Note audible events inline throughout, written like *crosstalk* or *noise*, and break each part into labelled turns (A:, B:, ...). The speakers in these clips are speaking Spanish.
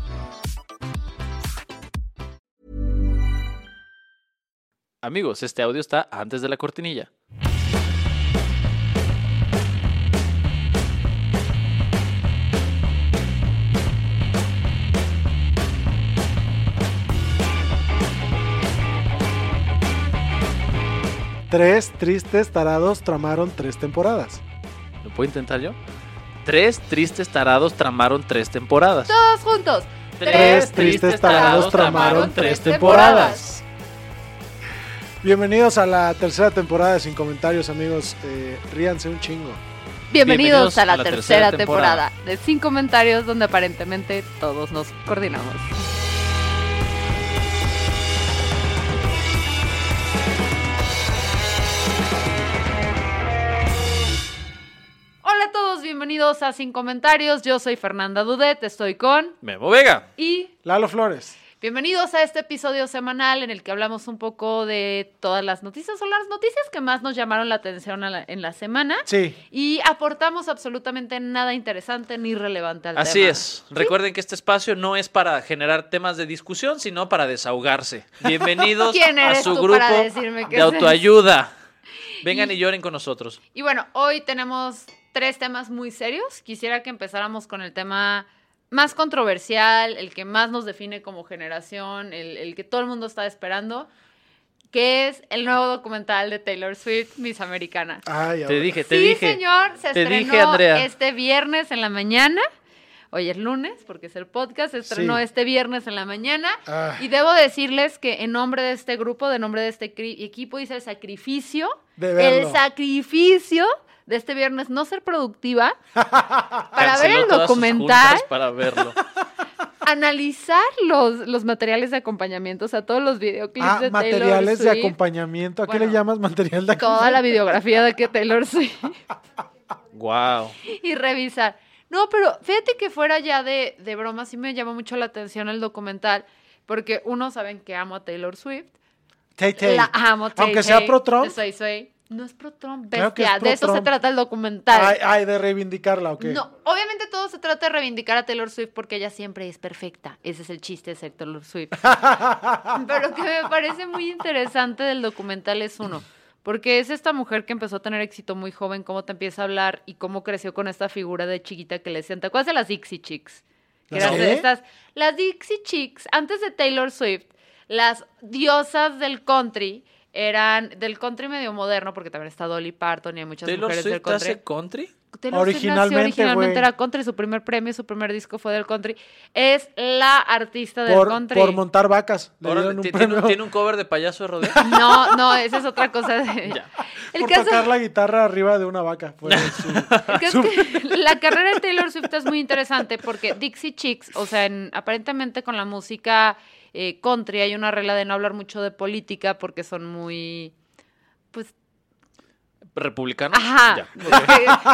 A: Amigos, este audio está antes de la cortinilla.
B: Tres tristes tarados tramaron tres temporadas.
A: ¿Lo puedo intentar yo? Tres tristes tarados tramaron tres temporadas.
C: Todos juntos.
B: Tres tristes tarados tramaron tres temporadas. Bienvenidos a la tercera temporada de Sin Comentarios, amigos. Eh, ríanse un chingo.
C: Bienvenidos a la, tercera, temporada, de Sin Comentarios, donde aparentemente todos nos coordinamos. Hola a todos, bienvenidos a Sin Comentarios. Yo soy Fernanda Dudet, estoy con
A: Memo Vega.
C: y
B: Lalo Flores.
C: Bienvenidos a este episodio semanal en el que hablamos un poco de todas las noticias o las noticias que más nos llamaron la atención a la- en la semana
B: Sí,
C: y aportamos absolutamente nada interesante ni relevante al
A: Así
C: tema.
A: es. Recuerden que este espacio no es para generar temas de discusión, sino para desahogarse. Bienvenidos
C: *laughs* ¿Quién
A: a
C: eres
A: su
C: tú
A: grupo
C: para decirme
A: de
C: qué es
A: autoayuda. Vengan
C: Y-
A: y lloren con nosotros.
C: Y bueno, hoy tenemos tres temas muy serios. Quisiera que empezáramos con el tema más controversial, el que más nos define como generación, el, el que todo el mundo está esperando, que es el nuevo documental de Taylor Swift, Miss Americana.
B: Ay,
A: Te
B: ahora.
A: dije, te
C: sí,
A: dije.
C: señor, se
A: te
C: estrenó
A: dije, Andrea.
C: este viernes en la mañana. Hoy es lunes, porque es el podcast, se estrenó
B: Sí.
C: este viernes en la mañana.
B: Ah,
C: Y debo decirles que en nombre de este grupo, de nombre de este cri- equipo, hice el sacrificio,
B: de
C: el
B: verlo.
C: sacrificio de este viernes no ser
B: *laughs*
C: productiva para ver
A: Canceló
C: el
A: todas sus
C: documental,
A: juntas Para
C: *laughs*
A: verlo.
C: analizar los, los materiales de acompañamiento, o sea, todos los videoclips
B: Ah,
C: de Taylor
B: materiales de
C: Swift,
B: acompañamiento. ¿A qué
C: Bueno.
B: le llamas material de acompañamiento?
C: toda la videografía de que Taylor Swift.
A: Wow.
C: y revisar. No, pero fíjate que fuera ya de, de broma, sí me llamó mucho la atención el documental, porque uno saben que amo a Taylor Swift.
B: Tay, tay.
C: La amo, Tay,
B: Aunque sea
C: Tay.
B: pro-Trump.
C: Soy, soy. No es pro Trump, bestia.
B: Claro que es
C: de eso se
B: pro-Trump.
C: trata el documental.
B: Ay, ay, de reivindicarla, ¿ok?
C: No, obviamente todo se trata de reivindicar a Taylor Swift porque ella siempre es perfecta. Ese es el chiste de ser Taylor Swift. Pero lo que me parece muy interesante del documental es uno, porque es esta mujer que empezó a tener éxito muy joven, cómo te empieza a hablar y cómo creció con esta figura de chiquita que le decían, ¿te acuerdas de las Dixie Chicks? Que
B: ¿Las
C: eran de
B: qué?
C: estas, las Dixie Chicks, antes de Taylor Swift, las diosas del country eran del country medio moderno, porque también está Dolly Parton y hay muchas
A: Taylor
C: mujeres del
A: Swift
C: country.
A: hace country.
C: Taylor Swift nació
B: Originalmente,
C: originalmente
B: güey.
C: era country, su primer premio, su primer disco fue del country. Es la artista del
B: por,
C: country.
B: por montar vacas. Le
A: Órale,
B: dieron un
A: ti- tiene,
B: premio
A: un, tiene un cover de payaso de *laughs* rodeo.
C: No, no, esa es otra cosa. de-
A: Ya.
C: El
B: por
C: caso,
B: tocar la guitarra arriba de una vaca.
A: *laughs*
B: Fue su-
C: *laughs* el caso es que la carrera de Taylor Swift es muy interesante porque Dixie Chicks, o sea, en- aparentemente con la música eh, country hay una regla de no hablar mucho de política porque son muy, pues,
A: Republicano.
C: ajá.
A: Ya.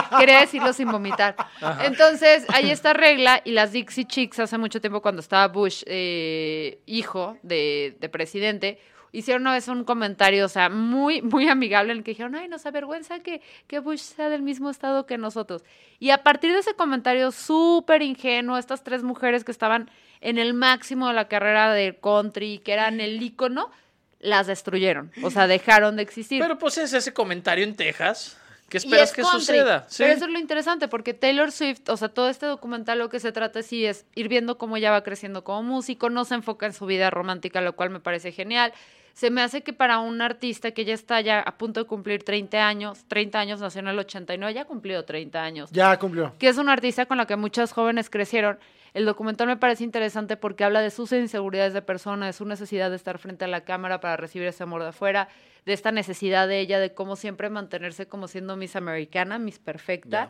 C: *laughs* Que- Quería decirlo sin vomitar. Entonces, hay esta regla y las Dixie Chicks hace mucho tiempo cuando estaba Bush, eh, hijo de, de presidente, hicieron una vez un comentario, o sea, muy, muy amigable en el que dijeron, ay, nos avergüenza que, que Bush sea del mismo estado que nosotros. Y a partir de ese comentario súper ingenuo, estas tres mujeres que estaban en el máximo de la carrera del country, que eran el ícono, las destruyeron, o sea, dejaron de existir.
A: Pero pues es ese comentario en Texas. ¿Qué
C: Y
A: esperas
C: es
A: que
C: country.
A: suceda? Sí.
C: Pero eso es lo interesante, porque Taylor Swift, o sea, todo este documental lo que se trata sí es ir viendo cómo ella va creciendo como músico, no se enfoca en su vida romántica, lo cual me parece genial. Se me hace que para un artista que ya está ya a punto de cumplir 30 años, 30 años, nació en el 89, ya ha cumplido 30 años
B: ya cumplió.
C: que es una artista con la que muchas jóvenes crecieron. El documental me parece interesante porque habla de sus inseguridades de persona, de su necesidad de estar frente a la cámara para recibir ese amor de afuera, de esta necesidad de ella de cómo siempre mantenerse como siendo Miss Americana, Miss Perfecta,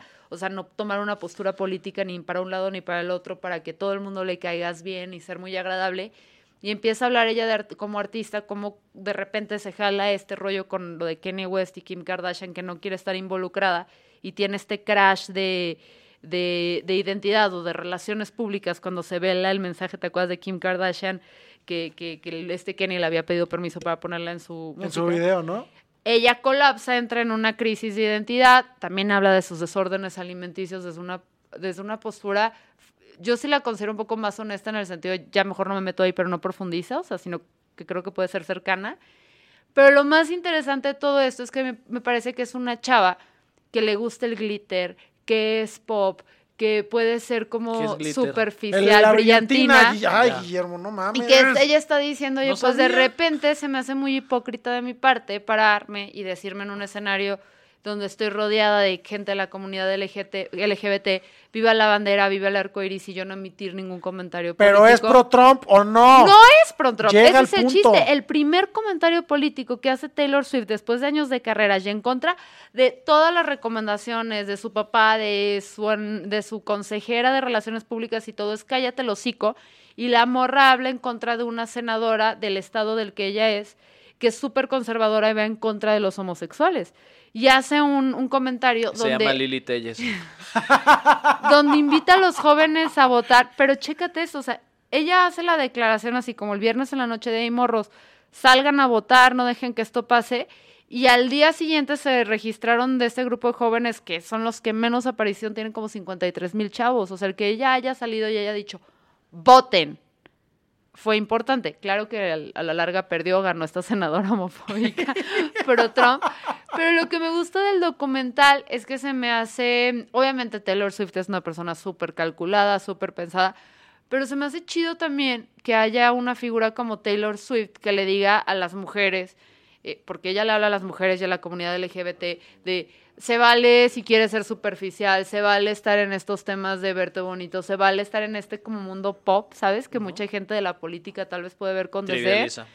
A: Ya.
C: o sea, no tomar una postura política ni para un lado ni para el otro para que todo el mundo le caigas bien y ser muy agradable. Y empieza a hablar ella de art- como artista, como de repente se jala este rollo con lo de Kanye West y Kim Kardashian, que no quiere estar involucrada, y tiene este crash de, de, de identidad o de relaciones públicas cuando se vela el mensaje, ¿te acuerdas de Kim Kardashian? Que, que, que este Kanye le había pedido permiso para ponerla en su
B: En su
C: música.
B: video, ¿no?
C: Ella colapsa, entra en una crisis de identidad, también habla de sus desórdenes alimenticios desde una, desde una postura, yo sí la considero un poco más honesta en el sentido, de, ya mejor no me meto ahí, pero no profundiza, o sea, sino que creo que puede ser cercana. Pero lo más interesante de todo esto es que me, me parece que es una chava que le gusta el glitter, que es pop, que puede ser
A: ¿Qué
C: como
A: es glitter?
C: superficial,
B: El- la
C: brillantina.
B: Gui- Ay,
A: Ya.
B: Guillermo, no mames.
C: Y que es- ella está diciendo, oye,
A: No
C: pues de
A: sabía.
C: repente se me hace muy hipócrita de mi parte pararme y decirme en un escenario donde estoy rodeada de gente de la comunidad LGT LGBT, viva la bandera, viva el arco iris y yo no emitir ningún comentario
B: Pero es
C: político.
B: pro Trump o no.
C: No es pro Trump,
B: Llega
C: ese
B: al
C: es el
B: punto.
C: chiste. El primer comentario político que hace Taylor Swift después de años de carrera y en contra de todas las recomendaciones de su papá, de su, an- de su consejera de Relaciones Públicas y todo, es cállate el hocico. Y la morra habla en contra de una senadora del estado del que ella es, que es súper conservadora y va en contra de los homosexuales. Y hace un, un comentario
A: Se
C: donde
A: llama Lili
C: *laughs*
A: Telles.
C: donde invita a los jóvenes a votar. Pero chécate eso, o sea, ella hace la declaración así como el viernes en la noche de "Ey, morros, salgan a votar, no dejen que esto pase. Y al día siguiente se registraron de este grupo de jóvenes que son los que menos aparición tienen, como 53 mil chavos. O sea, el que ella haya salido y haya dicho, voten, fue importante. Claro que al- a la larga perdió, ganó esta senadora *laughs* homofóbica, pero Trump. Pero lo que me gusta del documental es que se me hace, obviamente Taylor Swift es una persona súper calculada, súper pensada, pero se me hace chido también que haya una figura como Taylor Swift que le diga a las mujeres, eh, porque ella le habla a las mujeres y a la comunidad LGBT de se vale si quieres ser superficial, se vale estar en estos temas de verte bonito, se vale estar en este como mundo pop, ¿sabes? Que mucha gente de la política tal vez puede ver con desdén,
A: Trivializa.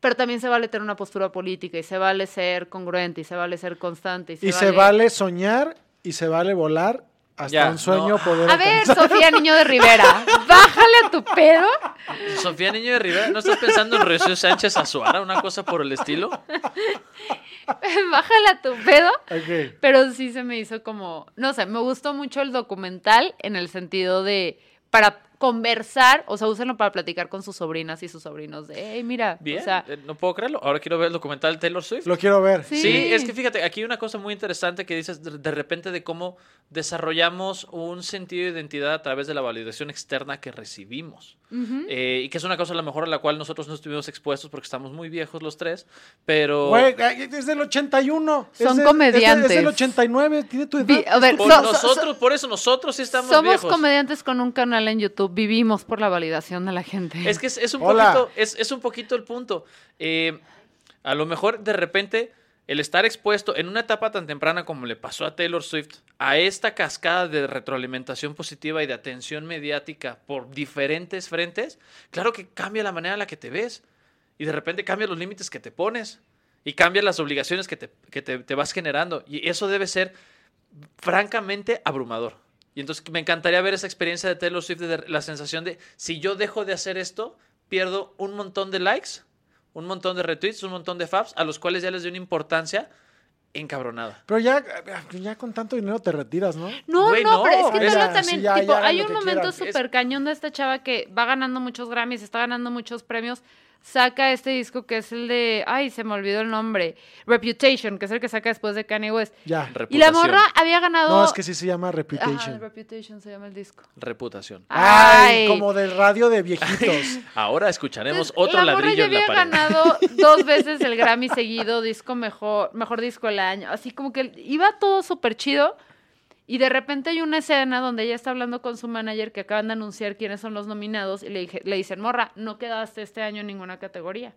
C: pero también se vale tener una postura política y se vale ser congruente y se vale ser constante y se,
B: Y se vale soñar y se vale volar hasta
A: Ya,
B: un sueño
A: no.
B: poder
C: A ver,
B: alcanzar.
C: Sofía Niño de Rivera, *laughs* bájale a tu pedo. *laughs*
A: Sofía Niño de Rivera, ¿no estás pensando en Rocío Sánchez Azuara? ¿Una cosa por el
C: *laughs*
A: estilo?
C: Bájala a tu pedo.
B: Ok.
C: Pero sí se me hizo como, no sé, me gustó mucho el documental en el sentido de para conversar, o sea, úsenlo para platicar con sus sobrinas y sus sobrinos de, hey, mira,
A: Bien,
C: o sea,
A: eh, no puedo creerlo. Ahora quiero ver el documental de Taylor Swift.
B: Lo quiero ver.
C: Sí.
A: Sí. es que fíjate, aquí hay una cosa muy interesante que dices de, de repente de cómo desarrollamos un sentido de identidad a través de la validación externa que recibimos.
C: ujú.
A: Eh, y que es una cosa a lo mejor a la cual nosotros no estuvimos expuestos porque estamos muy viejos los tres, pero...
B: Güey, es del 81. es
C: Son
B: de-
C: comediantes.
B: Es del 89, tiene tu edad.
C: Vi- a ver,
A: por
C: so- so-
A: Pues nosotros, por eso nosotros sí estamos
C: somos
A: viejos.
C: comediantes con un canal en YouTube, vivimos por la validación de la gente.
A: Es que es, es un
B: Hola.
A: poquito, es, es un poquito el punto. Eh, a lo mejor de repente el estar expuesto en una etapa tan temprana como le pasó a Taylor Swift a esta cascada de retroalimentación positiva y de atención mediática por diferentes frentes, claro que cambia la manera en la que te ves y de repente cambia los límites que te pones y cambia las obligaciones que te, que te- te vas generando y eso debe ser francamente abrumador. Y entonces me encantaría ver esa experiencia de Taylor Swift, de la sensación de si yo dejo de hacer esto, pierdo un montón de likes, un montón de retweets, un montón de faps, a los cuales ya les dio una importancia encabronada.
B: Pero ya, ya con tanto dinero te retiras, ¿no?
C: No,
A: Güey,
C: no,
A: no,
C: pero es que
A: es-
C: Lola
B: sí,
C: también,
B: ya-
C: tipo,
B: ya hagan
C: hay
B: lo
C: un
B: que
C: momento
B: quieran.
C: súper cañón de esta chava que va ganando muchos Grammys, está ganando muchos premios, saca este disco que es el de, ay, se me olvidó el nombre, Reputation, que es el que saca después de Kanye West.
B: Ya.
C: Y la
A: Reputación.
C: morra había ganado...
B: No, es que sí se llama
C: Ajá,
B: Reputation.
C: Reputation se llama el disco.
A: Reputación.
C: Ah,
B: Ay, como de radio
A: *laughs*
B: de viejitos.
A: Ahora escucharemos
C: Entonces,
A: otro
C: Pues, morra
A: ladrillo
C: ya
A: en la
C: había
A: pared. *laughs*
C: ganado dos veces el Grammy seguido, disco mejor, mejor disco del año. Así como que iba todo súper chido. Y de repente hay una escena donde ella está hablando con su manager que acaban de anunciar quiénes son los nominados y le, dije- le dicen, morra, no quedaste este año en ninguna categoría.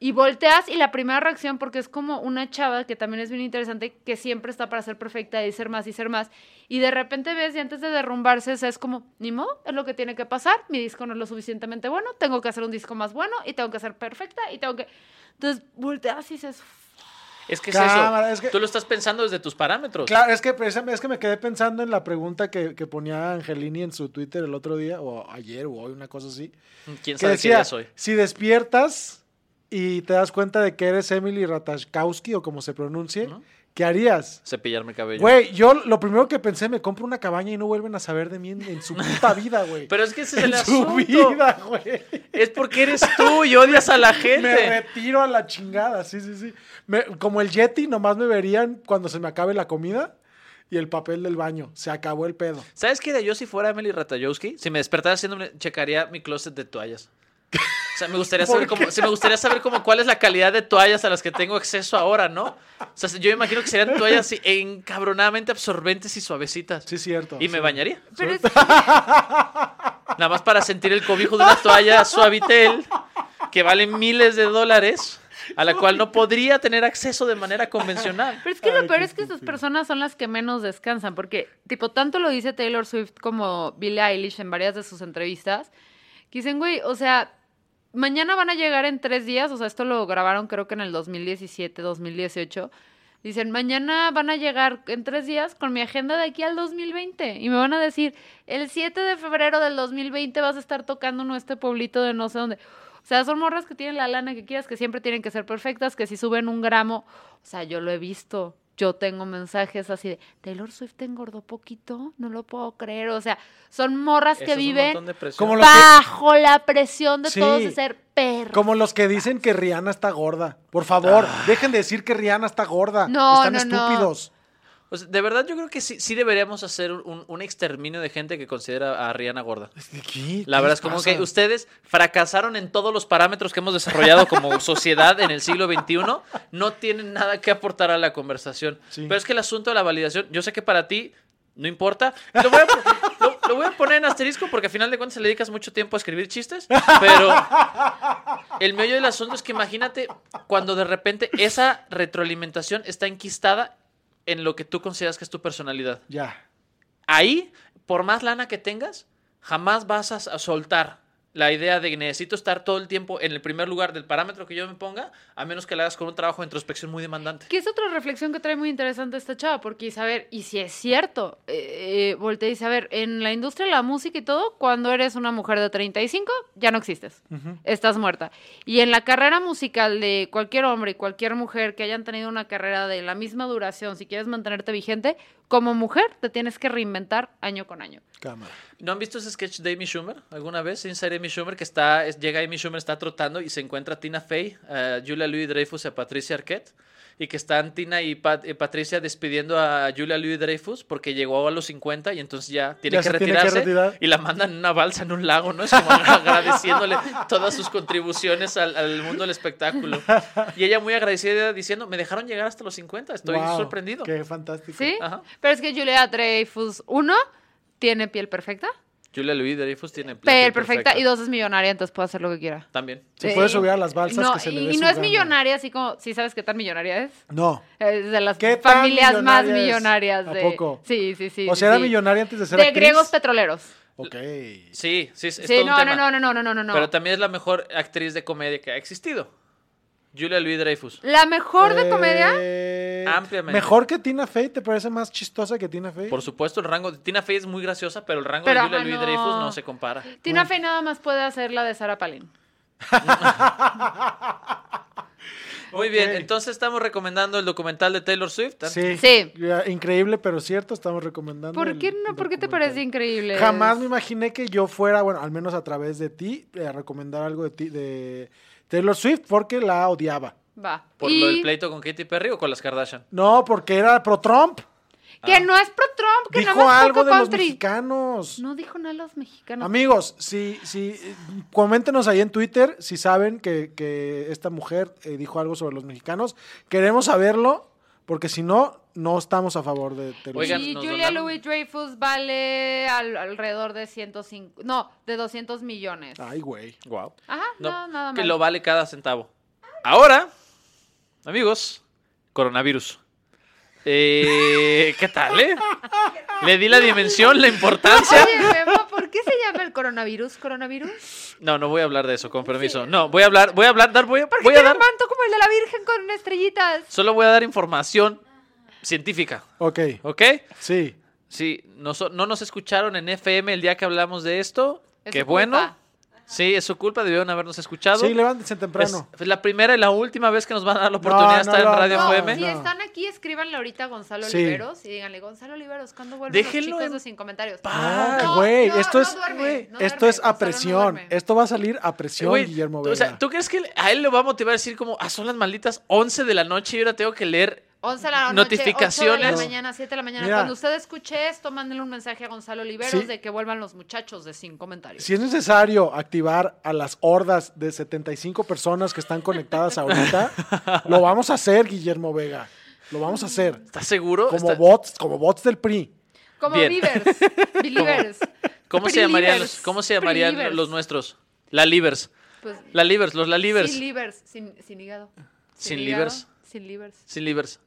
C: Y volteas y la primera reacción, porque es como una chava que también es bien interesante, que siempre está para ser perfecta y ser más y ser más. Y de repente ves y antes de derrumbarse o sea, es como, ni modo, es lo que tiene que pasar, mi disco no es lo suficientemente bueno, tengo que hacer un disco más bueno y tengo que ser perfecta y tengo que... Entonces volteas y dices,
A: Es que
B: Cámara,
A: es
B: es
A: eso.
B: que-
A: Tú lo estás pensando desde tus parámetros.
B: Claro, es que, precisamente- es que me quedé pensando en la pregunta que, que ponía Angelini en su Twitter el otro día, o ayer, o hoy, una cosa así.
A: ¿Quién
B: Que
A: sabe qué
B: decía,
A: día soy?
B: si despiertas y te das cuenta de que eres Emily Ratajkowski, o como se pronuncie,
A: Ujú.
B: ¿qué harías?
A: Cepillarme el cabello.
B: Güey, yo lo primero que pensé, me compro una cabaña y no vuelven a saber de mí en, en
A: *laughs*
B: su puta vida, güey.
A: Pero es que ese es
B: en
A: el
B: su
A: asunto.
B: vida, güey.
A: Es porque eres tú y odias a la gente.
B: *laughs* Me retiro a la chingada, sí, sí, sí. Me- como el Yeti, nomás me verían cuando se me acabe la comida y el papel del baño. Se acabó el pedo.
A: ¿Sabes qué? Yo si fuera Emily Ratajkowski, si me despertara haciéndome, checaría mi closet de toallas. O sea, me
B: *laughs*
A: gustaría saber cómo, sí, me gustaría saber cómo cuál es la calidad de toallas a las que tengo acceso ahora, ¿no? O sea, yo imagino que serían toallas así encabronadamente absorbentes y suavecitas.
B: Sí, cierto.
A: y me
B: sí.
A: bañaría.
C: Pero es,
A: Nada más para sentir el cobijo de una toalla suavitel que vale miles de dólares, a la cual no podría tener acceso de manera convencional.
C: pero es que lo
B: Ay,
C: peor
B: qué
C: es que estas
B: estúpido.
C: personas son las que menos descansan, porque, tipo, tanto lo dice Taylor Swift como Billie Eilish en varias de sus entrevistas, que dicen, güey, o sea, mañana van a llegar en tres días, o sea, esto lo grabaron creo que en el 2017, 2018. Dicen, mañana van a llegar en tres días con mi agenda de aquí al 2020. Y me van a decir, el 7 de febrero del 2020 vas a estar tocando en este pueblito de no sé dónde. O sea, son morras que tienen la lana que quieras, que siempre tienen que ser perfectas, que si suben un gramo. O sea, yo lo he visto. Yo tengo mensajes así de, Taylor Swift te engordó poquito, no lo puedo creer. O sea, son morras
A: Eso
C: que
A: es un
C: viven
A: montón de presión.
B: Como lo que-
C: bajo la presión de
B: Sí.
C: todos de ser perros.
B: Como los que dicen que Rihanna está gorda. Por favor, dejen de decir que Rihanna está gorda.
C: Ah. No,
B: Están
C: no, no.
B: estúpidos.
A: O sea, de verdad, yo creo que sí, sí deberíamos hacer un, un exterminio de gente que considera a Rihanna gorda. La verdad es como que ustedes fracasaron en todos los parámetros que hemos desarrollado como sociedad en el siglo XXI. No tienen nada que aportar a la conversación.
B: Sí.
A: Pero es que el asunto de la validación, yo sé que para ti no importa. Lo voy a, po- lo- lo voy a poner en asterisco porque al final de cuentas le dedicas mucho tiempo a escribir chistes. Pero el meollo del asunto es que imagínate cuando de repente esa retroalimentación está enquistada en lo que tú consideras que es tu personalidad
B: Ya.
A: ahí, por más lana que tengas, jamás vas a, s- a soltar la idea de que necesito estar todo el tiempo en el primer lugar del parámetro que yo me ponga, a menos que la hagas con un trabajo de introspección muy demandante.
C: Que es otra reflexión que trae muy interesante esta chava, porque dice, a ver, y si es cierto, eh, eh, voltea y dice, a ver, en la industria de la música y todo, cuando eres una mujer de 35, ya no existes,
B: Ujú.
C: estás muerta. Y en la carrera musical de cualquier hombre y cualquier mujer que hayan tenido una carrera de la misma duración, si quieres mantenerte vigente, como mujer te tienes que reinventar año con año.
B: Cámara.
A: ¿No han visto ese sketch de Amy Schumer alguna vez? Inside Amy Schumer, que está, es- llega Amy Schumer, está trotando y se encuentra a Tina Fey, a Julia Louis Dreyfus y a Patricia Arquette. Y que están Tina y Pat- eh, Patricia despidiendo a Julia Louis Dreyfus porque llegó a los 50 y entonces ya tiene
B: Ya
A: que
B: se tiene que
A: retirarse.
B: retirar.
A: Y la mandan en una balsa en un lago, ¿no? Es como *laughs* agradeciéndole todas sus contribuciones al, al mundo del espectáculo. Y ella muy agradecida diciendo: Me dejaron llegar hasta los 50, estoy
B: Wow,
A: sorprendido.
B: Qué fantástico.
C: ¿Sí?
A: Ajá.
C: Pero es que Julia Dreyfus, uno, tiene piel perfecta,
A: Julia Louis Dreyfus tiene. la
C: piel
A: piel
C: perfecta, y dos, es millonaria, entonces puede hacer lo que quiera.
A: También.
B: Se
C: Sí.
B: puede subir a las balsas
C: Eh, no,
B: que se le
C: y,
B: ve
C: y no
B: su
C: es
B: gana.
C: millonaria, así como, ¿sí sabes qué tan millonaria es?
B: No.
C: Es de las
B: ¿Qué tan
C: familias más
B: millonaria es?
C: millonarias
B: ¿A
C: de...
B: poco?
C: Sí, sí, sí.
B: o
C: sí,
B: sea, era
C: sí.
B: millonaria antes de ser
C: De
B: actriz.
C: griegos petroleros.
B: Ok.
A: Sí, sí, es, es
C: sí,
A: todo un
C: no, no,
A: tema.
C: no, no, no, no, no, no.
A: Pero también es la mejor actriz de comedia que ha existido. Julia Louis Dreyfus.
C: La mejor de comedia,
B: Eh,
A: Ampliamente.
B: Mejor que Tina Fey, ¿te parece más chistosa que Tina Fey?
A: Por supuesto, el rango de Tina Fey es muy graciosa, pero el rango
C: Pero,
A: de Julia
C: ajá,
A: Louis
C: no.
A: Dreyfus no se compara.
C: Tina Fey nada más puede hacer la de Sarah Palin.
A: Muy bien, entonces estamos recomendando el documental de Taylor Swift. ¿eh?
B: Sí.
C: Sí.
B: Ya, Increíble, pero cierto, estamos recomendando.
C: ¿Por
B: el
C: qué no? ¿Por qué te
B: documental.
C: parece increíble?
B: Jamás me imaginé que yo fuera, bueno, al menos a través de ti, eh, a recomendar algo de ti, de Taylor Swift, porque la odiaba.
C: Va.
A: ¿Por
C: y
A: lo del pleito con Katy Perry o con las Kardashian?
B: No, porque era pro Trump.
A: Ah.
C: Que no es pro Trump, que
B: Dijo
C: no es
B: algo
C: poco
B: de los
C: country.
B: mexicanos.
C: No dijo nada a los mexicanos.
B: Amigos, si, si, eh, coméntenos ahí en Twitter si saben que, que esta mujer eh, dijo algo sobre los mexicanos. Queremos saberlo, porque si no, no estamos a favor de Taylor
A: Oigan,
B: Swift.
C: y
A: nos
C: Julia
A: donaron-
C: Louis Dreyfus vale al- alrededor de 105, no, de 200 millones.
B: Ay, güey.
A: Wow.
C: Ajá, no, nada más.
A: Ah. que lo vale cada centavo. Ahora, amigos, coronavirus. Eh, ¿Qué tal, eh? Le di la dimensión, la importancia.
C: Oye, Memo, ¿por qué se llama el coronavirus? ¿Coronavirus?
A: No, no voy a hablar de eso, con permiso. No, voy a hablar, voy a hablar, dar, voy a,
C: ¿Por qué
A: voy a
C: tiene
A: dar.
C: un manto como el de la Virgen con estrellitas?
A: Solo voy a dar información científica,
B: Ok,
A: ¿ok?
B: sí.
A: Si no, so- no nos escucharon en FM el día que hablamos de esto,
C: Es
A: qué
C: su
A: bueno.
C: culpa.
A: Sí, es su culpa, debieron habernos escuchado.
B: Sí, levántense
A: es,
B: temprano.
A: es la primera y la última vez que nos van a dar la oportunidad
B: No,
A: de estar
B: no,
A: en
B: no,
A: Radio
B: no,
A: FM.
C: si
B: no.
C: están aquí, escríbanle ahorita a Gonzalo
B: Sí.
C: Oliveros y díganle, Gonzalo Oliveros, ¿cuándo vuelven
A: Déjenlo
C: los chicos
A: en
C: de Sin Comentarios?
A: paz.
B: No,
C: No,
B: güey,
C: no,
B: esto
C: no
B: es
C: duerme,
B: güey, esto
C: no duerme,
B: es a
C: Gonzalo, no
B: presión.
C: duerme.
B: esto va a salir a presión,
A: Güey,
B: Guillermo
A: O sea,
B: Vega.
A: ¿tú crees que a él le va a motivar a decir como, ah, son las malditas 11 de la noche y ahora tengo que leer?
C: 11 de la noche,
A: Notificaciones.
C: 8 de la mañana, 7 de la mañana.
B: Mira.
C: Cuando usted escuche esto, mándele un mensaje a Gonzalo Oliveros
B: Sí.
C: de que vuelvan los muchachos de Sin Comentarios.
B: Si es necesario activar a las hordas de 75 personas que están conectadas
A: *laughs*
B: ahorita, lo vamos a hacer, Guillermo Vega. Lo vamos a hacer.
A: ¿Estás seguro?
B: Como
A: Está-
B: bots, como bots del PRI.
C: Como
A: Bien. *laughs*
C: Beavers, Believers.
A: ¿Cómo se llamarían, los,
C: Pre-livers,
A: ¿cómo se llamarían
C: pre-livers.
A: los nuestros? La livers.
C: Pues,
A: La livers, los la livers.
C: Sin livers, sin, sin hígado.
A: Sin
C: hígado,
A: livers.
C: Sin livers.
A: Sin livers.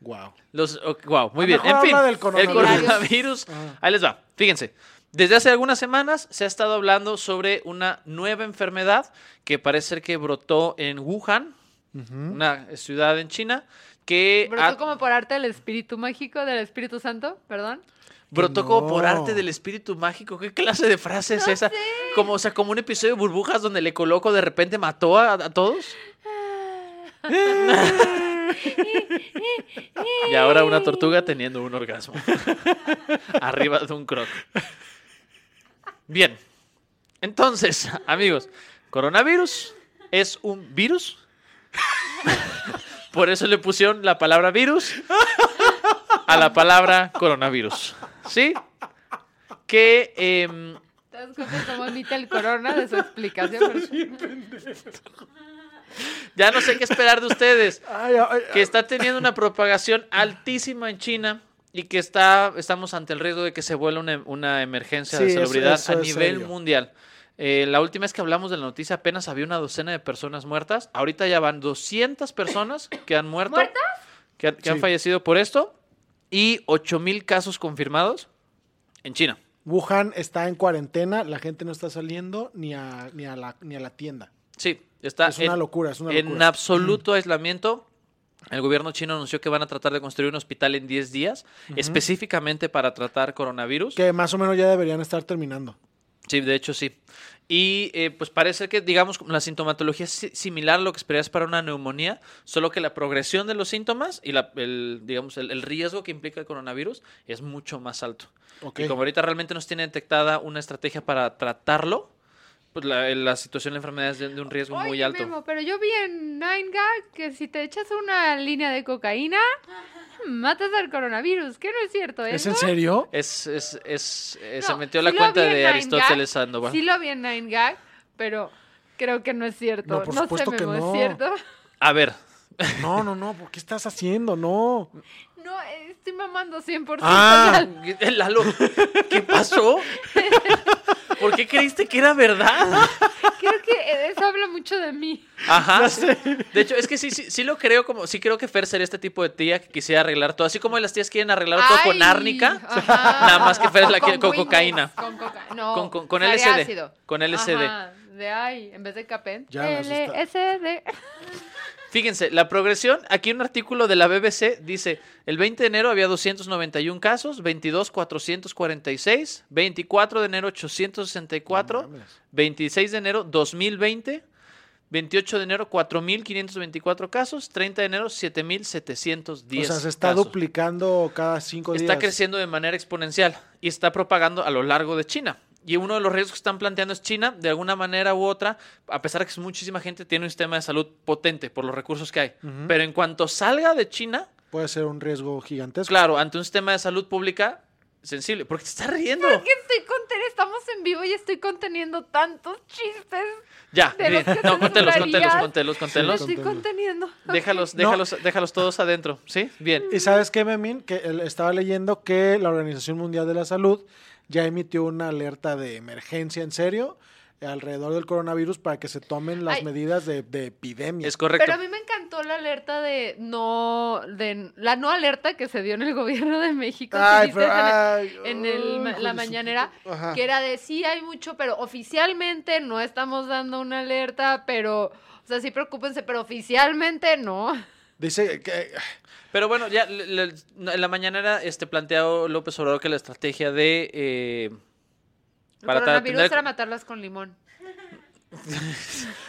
B: Wow.
A: Los, wow, muy
B: A
A: bien.
B: mejor
A: En fin,
B: habla del
A: el
B: coronavirus. Ah.
A: coronavirus. Ahí les va. Fíjense. Desde hace algunas semanas se ha estado hablando sobre una nueva enfermedad que parece ser que brotó en Wuhan, una ciudad en China, que
C: Brotó
A: ha-
C: como por arte del espíritu mágico, del espíritu santo, perdón.
A: brotó
B: Que
A: como por
B: no.
A: arte del espíritu mágico. ¿Qué clase de frase es esa? Como, o sea, como un episodio de burbujas donde le coloco de repente mató a, a todos. y ahora una tortuga teniendo un orgasmo. *laughs* Arriba de un croc. Bien. Entonces, amigos, coronavirus es un virus. *laughs* Por eso le pusieron la palabra virus a la palabra coronavirus. ¿Sí? Que em,
C: ¿Te das cuenta cómo imita el corona de su explicación?
A: ya no sé qué esperar de ustedes.
B: Ay, ay,
A: que está teniendo una propagación altísima en China y que está, estamos ante el riesgo de que se vuelva una, una emergencia de
B: Sí, eso-
A: salubridad
B: eso
A: a
B: es
A: nivel
B: serio.
A: mundial. Eh, la última vez que hablamos de la noticia apenas había una docena de personas muertas. Ahorita ya van 200 personas que han muerto.
C: ¿Muertas?
A: Que, han- que han
B: Sí.
A: fallecido por esto. Y 8.000 casos confirmados en China.
B: Wuhan está en cuarentena, la gente no está saliendo ni a, ni a, la, ni a la tienda.
A: Sí, está
B: es una
A: en-
B: locura, es una
A: en
B: locura.
A: absoluto aislamiento. El gobierno chino anunció que van a tratar de construir un hospital en 10 días, específicamente para tratar coronavirus.
B: Que más o menos ya deberían estar terminando.
A: Sí, de hecho sí. Y eh, pues parece que, digamos, la sintomatología es si- similar a lo que esperarías para una neumonía, solo que la progresión de los síntomas y la- el, digamos, el, el riesgo que implica el coronavirus es mucho más alto.
B: Ok.
A: Y como ahorita realmente no se tiene detectada una estrategia para tratarlo, pues la, la situación de la enfermedad es de, de un riesgo muy
C: Oye,
A: alto.
C: Memo, pero yo vi en Nine Gag que si te echas una línea de cocaína, matas al coronavirus, que no es cierto, ¿eh?
B: ¿Es en serio?
A: Es, es, es, eh, se
C: No,
A: metió
C: sí
A: la
C: lo
A: cuenta
C: vi en
A: de
C: Nine
A: Aristóteles
C: Gag,
A: Sandoval.
C: Sí lo vi en Nine Gag, pero creo que no es cierto.
B: No,
C: No,
B: por
C: sé,
B: supuesto que
C: Memo, ¿es
B: no.
C: cierto? *laughs*
A: A ver,
B: No, no, no, ¿por qué estás haciendo? No.
C: No, eh, estoy mamando 100%.
B: Ah.
A: *laughs* Lalo, ¿qué
C: *laughs*
A: pasó? ¿Por qué creíste que era verdad?
C: Creo que eso habla mucho de mí.
A: Ajá. De hecho, es que sí, sí, sí lo creo como, sí creo que Fer sería este tipo de tía que quisiera arreglar todo. Así como las tías quieren arreglar todo con
C: Ay, Ah,
A: árnica,
C: ajá.
A: *laughs* nada más que Fer es la
C: O
A: que- con
C: Windex,
A: cocaína.
C: Con coca- no,
A: Con- con- con
C: sería
A: LSD,
C: ácido.
A: con LSD.
C: Ajá, de ay, en vez de capen.
B: Ya me asusta.
C: LSD.
A: Fíjense, la progresión, aquí un artículo de la BBC dice, el 20 de enero había 291 casos, 22 446, 24 de enero 864,
B: No mames.
A: 26 de enero 2020, 28 de enero 4524 casos, 30 de enero 7710.
B: o sea, se está
A: casos.
B: duplicando cada cinco
A: Está
B: días.
A: creciendo de manera exponencial y está propagando a lo largo de China. Y uno de los riesgos que están planteando es China, de alguna manera u otra, a pesar de que es muchísima gente, tiene un sistema de salud potente por los recursos que hay. Pero en cuanto salga de China,
B: Puede ser un riesgo gigantesco.
A: claro, ante un sistema de salud pública sensible. Porque te estás riendo.
C: ¿Por qué estoy conteniendo? Estamos en vivo y estoy conteniendo tantos chistes.
A: Ya,
C: de los
A: bien.
C: que
A: no, contelos,
C: te
A: contelos,
C: burlarías.
A: contelos,
C: Me
A: contelos.
C: estoy conteniendo.
A: Déjalos,
B: No.
A: déjalos, déjalos todos adentro, ¿sí? Bien.
B: ¿Y sabes qué, Memín? Que el- estaba leyendo que la Organización Mundial de la Salud ya emitió una alerta de emergencia en serio alrededor del coronavirus para que se tomen las
C: Ay.
B: medidas de, de epidemia.
A: Es correcto.
C: Pero a mí me encantó gustó la alerta de no, de la no alerta que se dio en el gobierno de México. si
B: Ay,
C: viste
B: pero. ah.
C: en el-
B: ay,
C: en el
B: oh,
C: ma-
B: hijo
C: la
B: de su
C: mañanera,
B: puta- Ajá.
C: que era de sí hay mucho, pero oficialmente no estamos dando una alerta, pero, o sea, sí preocúpense, pero oficialmente no.
B: Dice que.
A: Pero bueno, ya le- le- en la mañanera este, planteado López Obrador que la estrategia de... eh,
C: El
A: para
C: coronavirus
A: atender-
C: era matarlas con limón.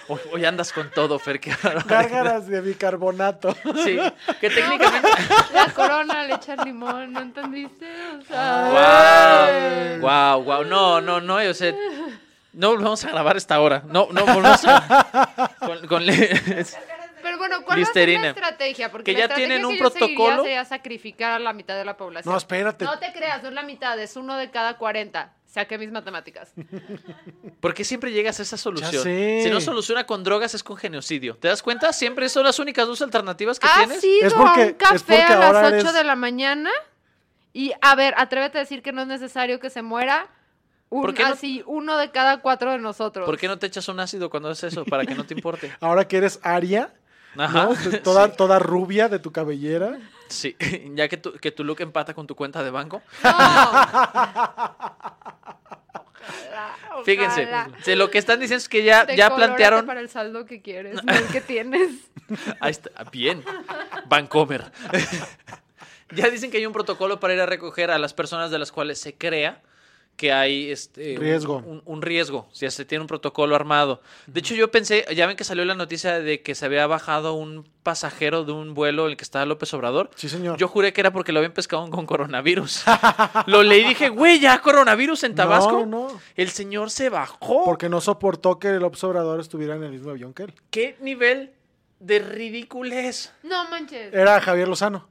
A: Hoy, hoy andas con todo, Fer. qué barbaridad.
B: *laughs* Gárgaras de bicarbonato. *laughs*
A: Sí, que técnicamente...
C: La corona le echan limón, ¿no entendiste? O sea,
A: Wow, wow, wow. No, no, no, o sea, no volvemos a grabar esta hora. No, no volvemos a con, con-
C: Pero bueno, ¿cuál es
A: Listerine.
C: la estrategia? Porque
A: Que
C: la
A: ya
C: estrategia
A: tienen
C: que
A: un
C: yo seguiría
A: protocolo.
C: sería sacrificar a la mitad de la población.
B: No, espérate.
C: No te creas, no es la mitad, es uno de cada 40. Saqué mis matemáticas.
A: *laughs* ¿Por qué siempre llegas a esa
B: Ya
A: solución?
B: sé.
A: Si no soluciona con drogas es con genocidio. ¿Te das cuenta? Siempre son las únicas dos alternativas que
C: ¿Has
A: tienes.
C: ido
B: Es porque-
C: a un
B: es
C: café
B: porque
C: a
B: ahora
C: las 8
B: eres-
C: de la mañana? Y a ver, atrévete a decir que no es necesario que se muera un-
A: ¿Por qué no-
C: así uno de cada cuatro de nosotros.
A: ¿Por qué no te echas un ácido cuando haces eso para que no te
B: *laughs*
A: importe?
B: Ahora que eres Aria,
A: Ajá.
B: ¿no? T- Toda, toda rubia de tu cabellera.
A: Sí, *laughs* ya que tu, que tu look empata con tu cuenta de banco.
C: No. Ojalá,
A: *laughs* Fíjense,
C: ojalá.
A: se- lo que están diciendo es que ya,
C: Te
A: ya
C: colórate
A: plantearon
C: para el saldo que quieres, no el que tienes.
A: *laughs* Ahí está. ah, Bien. Vancomer. *laughs* ya dicen que hay un protocolo para ir a recoger a las personas de las cuales se crea que hay este un-
B: Riesgo.
A: Un, un riesgo. Si se tiene un protocolo armado. De hecho, yo pensé, ya ven que salió la noticia de que se había bajado un pasajero de un vuelo en el que estaba López Obrador.
B: Sí, señor.
A: Yo juré que era porque lo habían pescado con coronavirus. lo leí y dije, güey, ya coronavirus en Tabasco.
B: No, no.
A: El señor se bajó.
B: Porque no soportó que el observador estuviera en el mismo avión que él.
A: ¿Qué nivel de
B: *laughs*
A: ridiculez?
C: No manches.
B: Era Javier Lozano.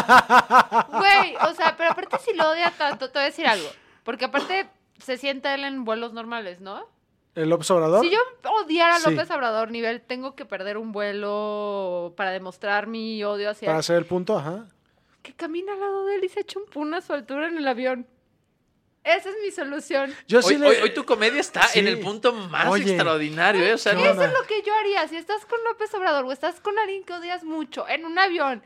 C: Güey, o sea, pero aparte si lo odia tanto, te voy a decir algo. Porque aparte se sienta él en vuelos normales, ¿no?
B: El observador.
C: Si yo odiara a
B: Sí.
C: López Obrador, nivel, tengo que perder un vuelo para demostrar mi odio hacia
B: Para
C: él.
B: hacer el punto, ajá.
C: Que camina al lado de él y se echa un pun a su altura en el avión. Esa es mi solución.
B: Yo
A: Hoy,
B: sí le-
A: hoy- hoy tu comedia está
B: Sí.
A: en el punto más
B: Oye.
A: extraordinario, ¿eh? O sea,
B: ¿Qué
A: no-
C: Eso es lo que yo haría. Si estás con López Obrador o estás con alguien que odias mucho en un avión,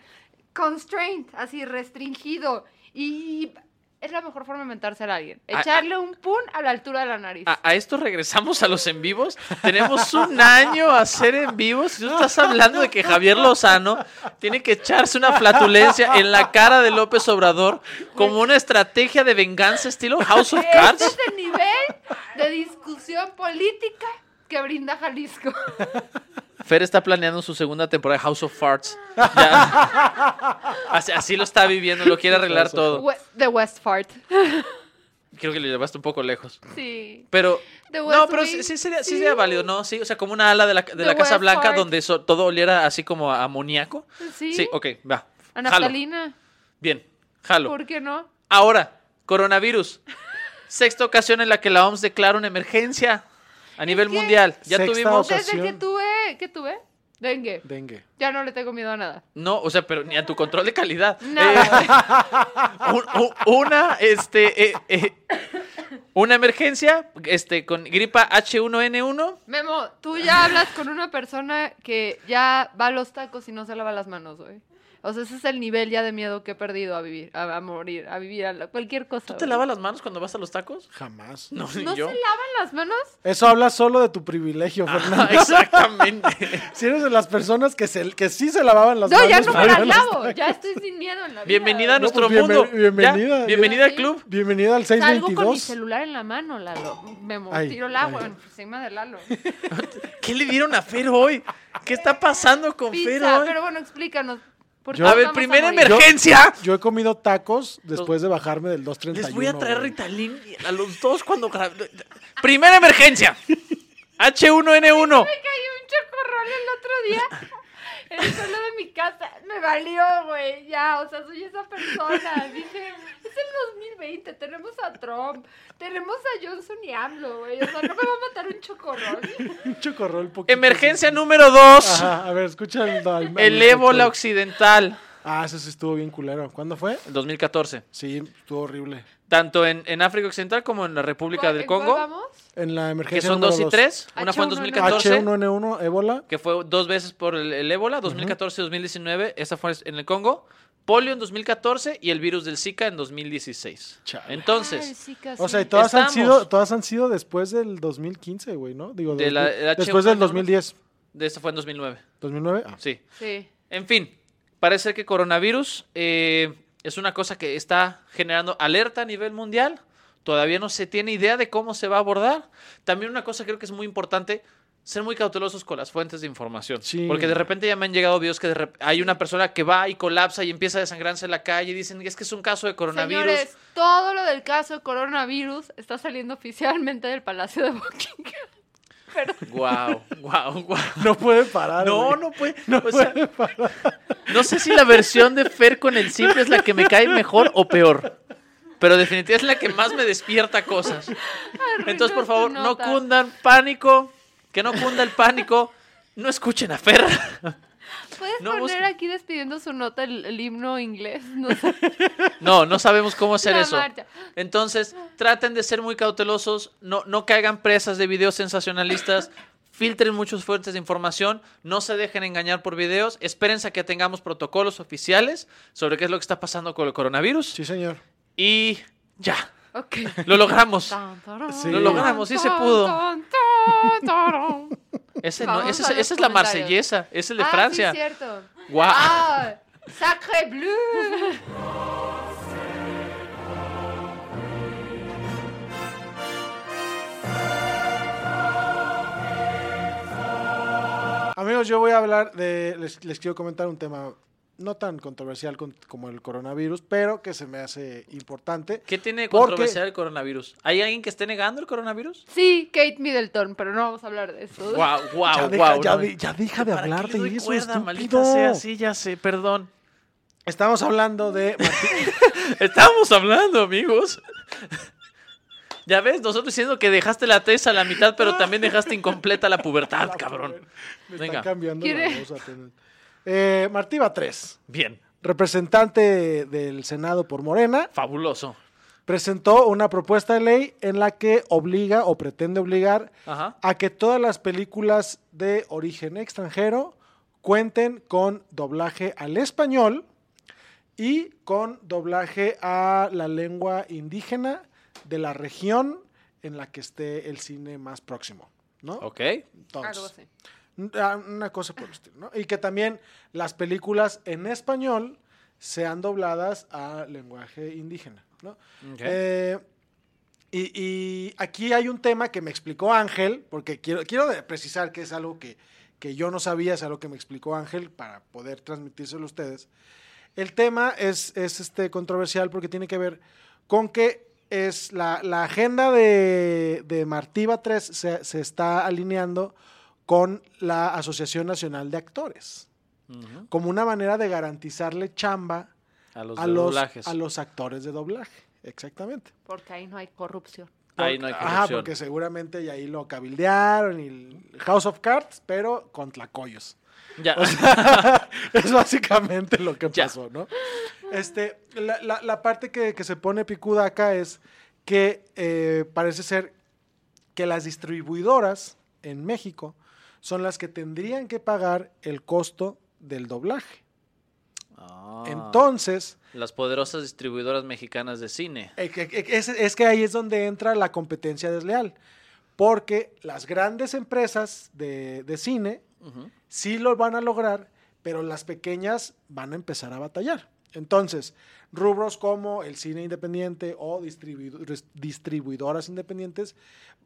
C: constraint, así restringido, y es la mejor forma de mentarse a alguien.
A: Ah,
C: Echarle un pun a la altura de la nariz.
A: a, a esto regresamos a los en vivos. Tenemos un año a hacer en vivos. y Tú estás hablando de que Javier Lozano tiene que echarse una flatulencia en la cara de López Obrador como una estrategia de venganza estilo House of
C: Este
A: Cards.
C: es el nivel de discusión política que
A: *laughs*
C: brinda Jalisco.
A: Fer está planeando su segunda temporada de House of Farts.
B: *laughs*
A: Ya. Así, así lo está viviendo, lo quiere arreglar
B: House of
A: todo.
C: We- De Westfart.
A: Creo que lo llevaste un poco lejos.
C: *laughs* Sí.
A: Pero.
C: The
A: No,
C: West
A: pero
C: Wing,
A: sí, sí sería, sí
C: sí.
A: sería válido, ¿no? Sí, o sea, como una ala de la, de
C: The
A: la Casa
C: West
A: Blanca
C: Park.
A: donde eso- todo oliera así como a amoníaco.
C: Sí.
A: Sí, ok, va.
C: A
A: Jalo.
C: naftalina.
A: Bien, jalo.
C: ¿Por qué no?
A: Ahora, coronavirus. Sexta ocasión en la que la OMS declara una emergencia a nivel
C: que-
A: mundial. Ya
B: Sexta
A: tuvimos.
B: ocasión.
C: Desde que tuve, ¿qué tuve? Dengue.
B: Dengue.
C: Ya no le tengo miedo a nada.
A: No, o sea, pero ni a tu control de calidad.
C: Nada.
A: Eh, *laughs* un- u- una, este. eh, eh, una emergencia este, con gripa H1N1.
C: Memo, tú ya hablas con una persona que ya va a los tacos y no se lava las manos, güey. O sea, ese es el nivel ya de miedo que he perdido a vivir, a, a morir, a vivir, a la- cualquier cosa.
A: ¿Tú te *laughs*
C: güey.
A: lavas las manos cuando vas a los tacos?
B: Jamás.
A: No, ni
C: ¿No
A: yo.
C: se lavan las manos?
B: Eso habla solo de tu privilegio,
A: Ah,
B: Fernando.
A: *laughs* exactamente.
C: *laughs*
B: Si eres de las personas que, se, que sí se lavaban las
C: No,
B: manos.
C: ya no me
B: para
C: las
B: ir a los
C: lavo. Ya estoy sin miedo en la vida.
A: Bienvenida a
C: güey.
B: No,
A: nuestro
B: pues, bienven-
A: mundo. Ya,
B: bienvenida.
A: bienvenida al
C: Sí.
A: club.
B: Bienvenido al
C: Salgo con mi
B: 622.
C: celular en la mano, Lalo. Memo,
B: Ay,
C: tiro el agua
B: ay.
C: encima de Lalo.
A: ¿Qué le dieron a Fer hoy? ¿Qué está pasando con Fer
C: Pizza,
A: hoy?
C: pero bueno, explícanos. ¿por qué
B: Yo-
A: a
C: nos
A: ver,
C: vamos
A: primera
C: morir?
B: emergen-
A: emergencia.
B: Yo he comido tacos después de bajarme del 231.
A: Les voy a traer
B: güey. *laughs*
A: Ritalin a los dos cuando gra- Primera emergencia. H1N1.
C: Me cayó un chocorrol el otro *laughs* día. En el suelo de mi casa. Me valió, güey. Ya, o sea, soy esa persona. Dije, es el 2020. Tenemos a Trump. Tenemos a Johnson y AMLO, güey. O sea, no me va a matar un chocorrol.
B: Un chocorrol poquito.
A: Emergencia número 2.
B: Ajá, a ver, escucha el. al-
A: El
B: al-
A: ébola occidental.
B: Ah, eso sí estuvo bien culero. ¿Cuándo fue?
A: 2014.
B: Sí, estuvo horrible.
A: tanto en, en África Occidental como en la República
C: ¿Cuál-
A: del
C: en cuál
A: Congo,
C: vamos?
B: En la emergencia
A: que son
B: número
A: dos y
B: dos.
A: tres. Una fue en
C: H1N1.
A: 2014,
B: H1N1, ébola.
A: que fue dos veces por el, el ébola, 2014-2019, esa fue en el Congo, polio en 2014 y el virus del Zika en 2016.
B: Chale.
C: Ay,
A: Entonces,
C: sí, casi.
B: O sea, y todas han
A: Estamos.
B: sido todas han sido después del 2015, güey, ¿no? Digo,
A: De la-
B: después-
A: el
B: después del
A: H1N1.
B: 2010.
A: de esta fue en 2009,
B: ¿2009? Ah. *laughs*
A: sí.
C: Sí.
A: En fin, parece que coronavirus eh, es una cosa que está generando alerta a nivel mundial. Todavía no se tiene idea de cómo se va a abordar. También una cosa creo que es muy importante, ser muy cautelosos con las fuentes de información.
B: Sí.
A: Porque de repente ya me han llegado videos que de rep- hay una persona que va y colapsa y empieza a desangrarse en la calle y dicen, es que es un caso de coronavirus.
C: Señores, todo lo del caso de coronavirus está saliendo oficialmente del Palacio de Buckingham.
A: *laughs* Guau, guau, guau.
B: No puede parar.
A: No,
B: güey.
A: no
B: *laughs*
A: puede. o sea, no sé si la versión de Fer con el simple es la que me cae mejor o peor. Pero definitivamente es la que más me despierta cosas. *laughs* *laughs* Entonces, por
C: tu
A: favor, no
C: nota.
A: cundan pánico. Que no cunda el pánico. No escuchen a Fer. *laughs*
C: ¿Puedes
A: No,
C: poner
A: busquen-
C: aquí despidiendo su nota el, el himno inglés? No sé.
A: No, no sabemos cómo hacer
C: La
A: eso.
C: marcha.
A: Entonces, traten de ser muy cautelosos, no, no caigan presas de videos
C: *laughs*
A: sensacionalistas, filtren muchas fuentes de información, no se dejen engañar por videos, espérense a que tengamos protocolos oficiales sobre qué es lo que está pasando con el coronavirus
B: Sí, señor.
A: y ya,
C: *laughs* Ok.
A: lo
C: *laughs*
A: logramos.
C: Tan, tarán,
B: Sí. Lo logramos,
A: sí se
C: tan,
A: pudo.
C: tan, tan,
A: *laughs*
C: tarán.
A: Ese no-
C: Vamos
A: ese-
C: a los
A: esa es la
C: comentarios.
A: marsellesa, es el de
C: Ah, sí,
A: Francia.
C: cierto.
A: Guau.
C: Ah, sacre bleu.
B: Amigos, yo voy a hablar de. Les, les quiero comentar un tema no tan controversial con- como el coronavirus, pero que se me hace importante.
A: ¿Qué tiene de
B: Porque-
A: controversial el coronavirus? ¿Hay alguien que esté negando el coronavirus?
C: Sí, Kate Middleton, pero no vamos a hablar de eso.
A: Wow, Ah, wow,
B: ya, deja,
A: wow.
B: ya de- ya deja de hablar de eso.
A: maldita
B: estúpido.
A: sea, sí, ya sé, perdón. *laughs*
B: Estamos hablando de.
A: Estábamos hablando, amigos. *laughs* Ya ves, nosotros diciendo que dejaste la tesis a la mitad, pero también dejaste incompleta la
B: *laughs*
A: pubertad, *laughs* cabrón.
B: Me
A: Venga.
B: están cambiando la
C: ¿Quiere?
B: voz apenas. Eh, Martí va 3,
A: Bien,
B: representante del Senado por Morena,
A: fabuloso.
B: presentó una propuesta de ley en la que obliga o pretende obligar
A: Ajá.
B: a que todas las películas de origen extranjero cuenten con doblaje al español y con doblaje a la lengua indígena de la región en la que esté el cine más próximo, ¿no?
A: Ok.
B: Entonces,
C: Algo así.
B: Ah, Una cosa por el estilo, ¿no? Y que también las películas en español sean dobladas a lenguaje indígena, ¿no?
A: ok.
B: Eh, y, y aquí hay un tema que me explicó Ángel, porque quiero, quiero de- precisar que es algo que, que yo no sabía, es algo que me explicó Ángel para poder transmitírselo a ustedes. El tema es, es, este, controversial porque tiene que ver con que es la, la agenda de, de Martiva 3 se, se está alineando con la Asociación Nacional de Actores,
A: Ujú.
B: como una manera de garantizarle chamba
A: A los,
B: a
A: de
B: los,
A: doblajes.
B: a los actores de doblaje. Exactamente.
C: Porque ahí no hay corrupción.
A: Ahí no hay
B: Ajá,
A: corrupción.
B: porque seguramente y ahí lo cabildearon y el House of Cards, pero con tlacoyos.
A: Ya.
B: O sea, *laughs* es básicamente lo que
A: Ya.
B: pasó, ¿no? Este, la, la- la parte que, que se pone picuda acá es que eh, parece ser que las distribuidoras en México son las que tendrían que pagar el costo del doblaje.
A: *laughs* Ah,
B: Entonces,
A: las poderosas distribuidoras mexicanas de cine.
B: Eh, que- que- Es, es que ahí es donde entra la competencia desleal. Porque las grandes empresas de, de cine
A: Ujú.
B: sí lo van a lograr, pero las pequeñas van a empezar a batallar. Entonces, rubros como el cine independiente o distribuido- res- distribuidoras independientes,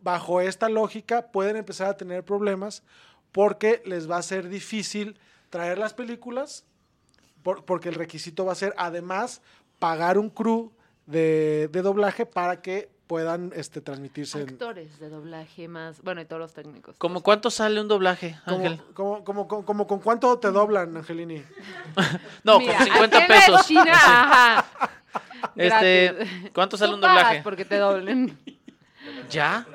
B: bajo esta lógica pueden empezar a tener problemas porque les va a ser difícil traer las películas, por- porque el requisito va a ser además pagar un crew de, de doblaje para que puedan este, transmitirse en,
C: Actores de doblaje más. Bueno, y todos los técnicos.
A: ¿Cómo cuánto sale un doblaje, Ángel?
B: ¿Cómo, cómo- cómo- cómo- cómo- con cuánto te doblan, Angelini?
A: No,
C: Mira,
A: con 50
C: aquí en la
A: pesos.
C: esquina, ajá.
A: Este,
C: Gratis.
A: ¿Cuánto sale
C: Tú
A: un
C: pagas
A: doblaje?
C: Porque te doblen.
A: ¿Ya?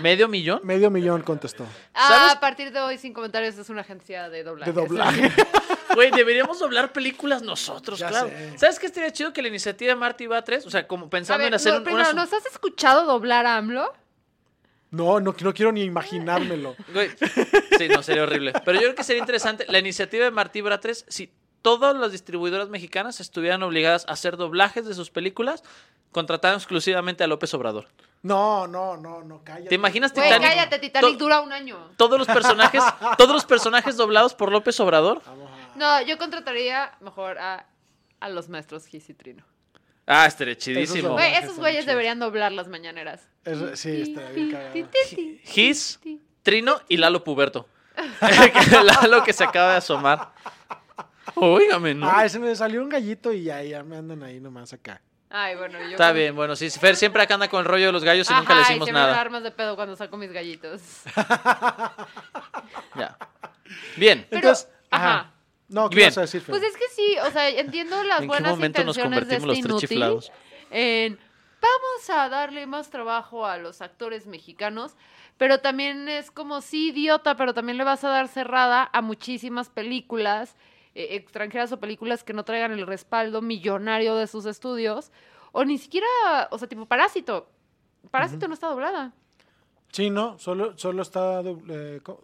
A: ¿Medio millón?
B: Medio millón contestó.
A: *laughs*
C: Ah,
A: ¿Sabes?
C: a partir de hoy, sin comentarios, es una agencia de doblaje.
B: De doblaje. *laughs*
A: Güey, deberíamos doblar películas nosotros,
B: Ya
A: claro.
B: sé.
A: ¿Sabes qué estaría chido que la iniciativa de Marty va a tres? O sea, como
C: A
A: pensando
C: ver,
A: en hacer
C: no,
A: un,
C: primero,
A: una...
C: ¿nos has escuchado doblar a AMLO?
B: No, no, no quiero ni imaginármelo.
A: Güey, Sí, no, sería horrible. Pero yo creo que sería interesante la iniciativa de Martí Bratres si todas las distribuidoras mexicanas estuvieran obligadas a hacer doblajes de sus películas contratando exclusivamente a López Obrador.
B: No, no, no, no, cállate.
A: ¿Te imaginas
C: Güey,
A: Titanic?
C: cállate, Titanic
A: To-
C: dura un año.
A: todos los
B: *laughs*
A: personajes, todos los personajes doblados por López Obrador.
B: Vamos a-
C: No, yo contrataría mejor a, a los maestros Gis y Trino.
A: Ah, estaría
B: Esos
A: chidísimo.
B: doblajes
C: Güey, esos
B: son
C: güeyes
B: chidos.
C: deberían doblar las mañaneras.
B: Es- sí, está bien cagado.
A: Gis, Trino y Lalo Puberto. *laughs* Lalo que se acaba de asomar. Óigame, ¿no?
B: Ah, se me salió un gallito y ya, ya me andan ahí nomás acá.
C: Ay, bueno, yo...
A: Está bien, bueno, sí, Fer siempre acá anda con el rollo de los gallos y
C: Ajá,
A: nunca le
C: y
A: decimos
C: siempre me
A: nada.
C: armas de pedo cuando saco mis
A: *laughs*
C: gallitos.
A: Ya. Bien.
C: Pero,
B: Entonces,
C: ajá.
B: ajá. No, ¿qué
A: Bien.
B: vas a decir, Fer?
C: Pues es que sí, o sea, entiendo las
A: ¿En qué
C: buenas
A: momento nos
C: intenciones de este
A: convertimos los tres
C: inútil
A: chiflados?
C: en vamos a darle más trabajo a los actores mexicanos, pero también es como sí, idiota, pero también le vas a dar cerrada a muchísimas películas eh, extranjeras o películas que no traigan el respaldo millonario de sus estudios o ni siquiera, o sea, tipo Parásito. Parásito no está doblada.
B: Sí, no, solo, solo está doble- eh, co-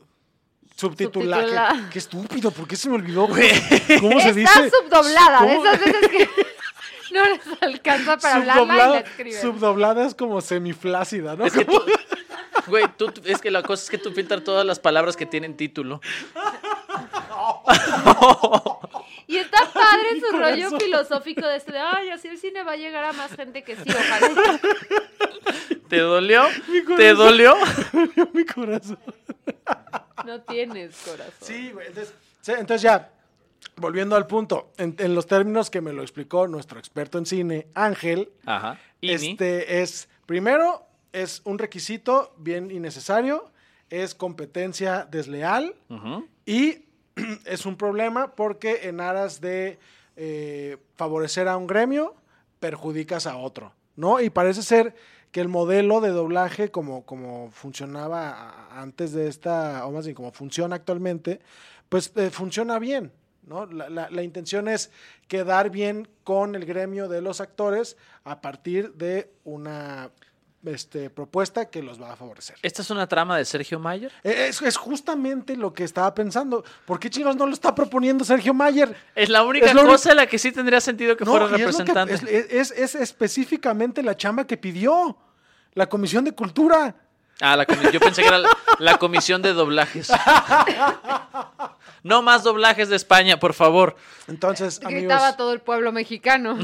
B: subtitulada.
C: Subtitulada.
B: Qué, qué estúpido, ¿por qué se me olvidó, güey? *laughs* ¿Cómo se dice?
C: Está subdoblada, de
B: ¿Cómo?
C: esas veces
B: *laughs*
C: que no les alcanza para hablarla y la
B: Subdoblada,
C: escriben.
B: subdoblada es como semiflácida, ¿no?
A: Es que
B: Como- *laughs*
A: tú, güey, tú, tú- es que la cosa es que tú filtras todas las palabras que tienen título.
C: Y está
B: *laughs*
C: padre su
B: Con
C: rollo
B: eso.
C: filosófico de este de, ay, así el cine va a llegar a más gente que sí,
B: *laughs*
C: ojalá.
A: ¿Te dolió?
B: Mi corazón.
A: ¿Te dolió?
B: mi corazón.
C: No tienes corazón.
B: Sí, güey. Entonces, sí, entonces ya, volviendo al punto, en, en los términos que me lo explicó nuestro experto en cine, Ángel,
A: Ajá. Y ni-
B: este es, primero, es un requisito bien innecesario, es competencia desleal
A: Ujú.
B: y *clears throat* es un problema porque en aras de eh, favorecer a un gremio, perjudicas a otro, ¿no? Y parece ser que el modelo de doblaje como, como funcionaba a- antes de esta, o más bien como funciona actualmente, pues eh, funciona bien, ¿no? La, la- la intención es quedar bien con el gremio de los actores a partir de una este, propuesta que los va a favorecer.
A: ¿Esta es una trama de Sergio Mayer?
B: Es, es justamente lo que estaba pensando. ¿Por qué chingados no lo está proponiendo Sergio Mayer?
A: Es la única
B: Es la única-
A: cosa en la que sí tendría sentido que
B: No,
A: fuera
B: y es lo que-
A: representante.
B: Es, es- es específicamente la chamba que pidió la Comisión de Cultura.
A: Ah, la comi- yo pensé que era la, la comisión de doblajes. No más doblajes de España, por favor. *laughs*
B: Entonces,
C: Gritaba
B: amigos,
C: todo el pueblo mexicano.